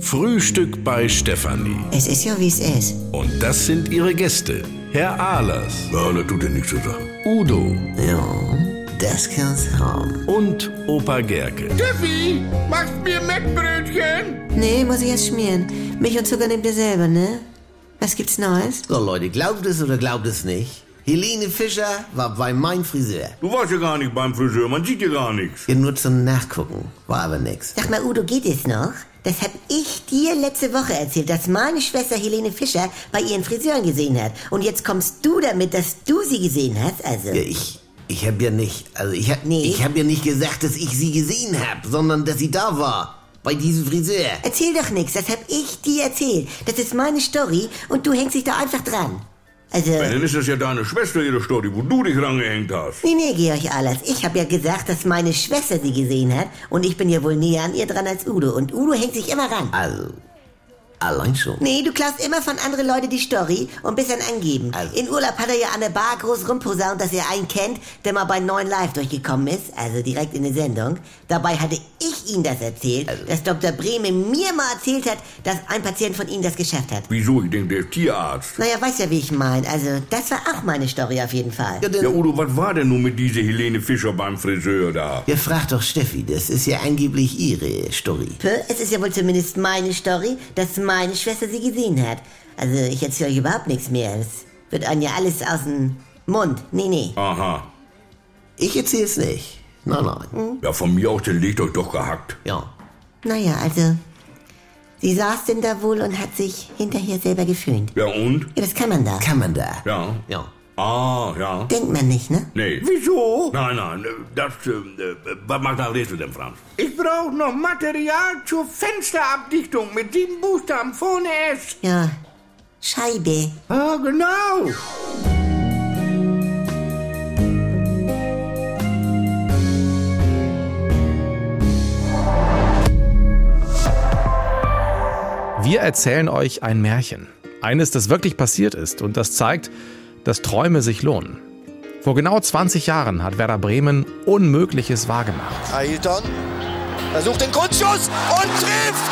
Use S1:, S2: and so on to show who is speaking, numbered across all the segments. S1: Frühstück bei Stefanie.
S2: Es ist ja, wie es ist.
S1: Und das sind ihre Gäste. Herr Ahlers,
S3: Ja, das tut dir nichts zu sagen.
S1: Udo
S2: Ja, das kann's haben.
S1: und Opa Gerke.
S4: Tiffy, machst mir Mettbrötchen?
S2: Nee, muss ich jetzt schmieren. Milch und Zucker nehmt ihr selber, ne? Was gibt's Neues?
S5: So Leute, glaubt es oder glaubt es nicht? Helene Fischer war bei meinem Friseur.
S3: Du warst ja gar nicht beim Friseur, man sieht dir gar nichts.
S5: Ja, nur zum Nachgucken, war aber nix.
S2: Sag mal, Udo, geht es noch? Das hab ich dir letzte Woche erzählt, dass meine Schwester Helene Fischer bei ihren Friseuren gesehen hat. Und jetzt kommst du damit, dass du sie gesehen hast, also.
S5: Ja, ich, ich hab ja nicht, also ich hab,
S2: Nee.
S5: ich hab ja nicht gesagt, dass ich sie gesehen hab, sondern dass sie da war. Bei diesem Friseur.
S2: Erzähl doch nichts, das hab ich dir erzählt. Das ist meine Story und du hängst dich da einfach dran. Also.
S3: Ja, dann ist das ja deine Schwester ihre Story, wo du dich rangehängt hast.
S2: Nee, nee, Georg Ahlers. Ich habe ja gesagt, dass meine Schwester sie gesehen hat. Und ich bin ja wohl näher an ihr dran als Udo. Und Udo hängt sich immer ran.
S5: Also, allein schon.
S2: Nee, du klaust immer von anderen Leuten die Story und bist dann angeben.
S5: Also-
S2: In Urlaub hat er ja an der Bar groß rumposaunt, dass er einen kennt, der mal bei 9 Live durchgekommen ist, also direkt in die Sendung. Dabei hatte ich ihm das erzählt,
S5: Also.
S2: dass Dr. Brehme mir mal erzählt hat, dass ein Patient von ihm das geschafft hat.
S3: Wieso? Ich denke, der ist Tierarzt.
S2: Naja, weiß ja, wie ich meine. Also, das war auch meine Story auf jeden Fall.
S5: Ja,
S3: Ja,
S5: dann,
S3: Udo, was war denn nun mit dieser Helene Fischer beim Friseur da?
S5: ja, frag doch Steffi, das ist ja angeblich ihre Story.
S2: Pö, es ist ja wohl zumindest meine Story, dass meine Schwester sie gesehen hat. Also ich erzähle euch überhaupt nichts mehr. Es wird einem ja alles aus dem Mund. Nee, nee.
S3: Aha.
S5: Ich erzähl's nicht. Nein, nein.
S3: Ja, von mir aus, dann legt euch doch gehackt.
S5: Ja.
S2: Naja, also. Sie saß denn da wohl und hat sich hinterher selber geföhnt.
S3: Ja, und?
S2: Ja, das kann man da.
S5: Kann man da?
S3: Ja.
S5: Ja.
S3: Ah, ja.
S2: Denkt man nicht, ne?
S3: Nee.
S4: Wieso?
S3: Nein, nein, äh, das, äh, äh, was macht da redest du denn, Franz?
S4: Ich brauche noch Material zur Fensterabdichtung mit sieben Buchstaben vorne S.
S2: Ja. Scheibe.
S4: Ah, genau.
S6: Wir erzählen euch ein Märchen. Eines, das wirklich passiert ist und das zeigt, dass Träume sich lohnen. Vor genau 20 Jahren hat Werder Bremen Unmögliches wahrgemacht.
S7: Ailton versucht den Grundschuss und trifft.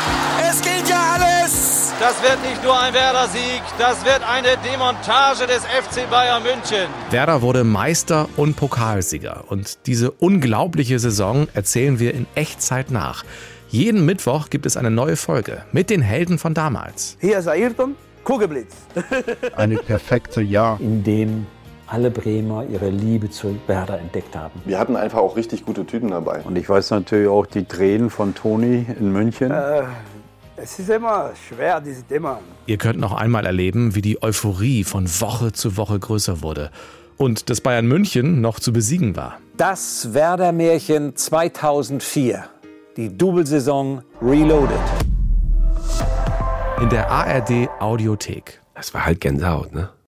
S7: Es gilt ja alles.
S8: Das wird nicht nur ein Werder-Sieg, das wird eine Demontage des FC Bayern München.
S6: Werder wurde Meister und Pokalsieger. Und diese unglaubliche Saison erzählen wir in Echtzeit nach. Jeden Mittwoch gibt es eine neue Folge mit den Helden von damals.
S9: Hier ist Ayrton, Kugelblitz.
S10: eine perfekte Jahr.
S11: in dem alle Bremer ihre Liebe zu Werder entdeckt haben.
S7: Wir hatten einfach auch richtig gute Typen dabei.
S10: Und ich weiß natürlich auch die Tränen von Toni in München.
S9: Es ist immer schwer, diese Thema.
S6: Ihr könnt noch einmal erleben, wie die Euphorie von Woche zu Woche größer wurde und dass Bayern München noch zu besiegen war.
S11: Das Werder-Märchen 2004. Die Doublesaison Reloaded.
S6: In der ARD Audiothek.
S4: Das war halt Gänsehaut, ne?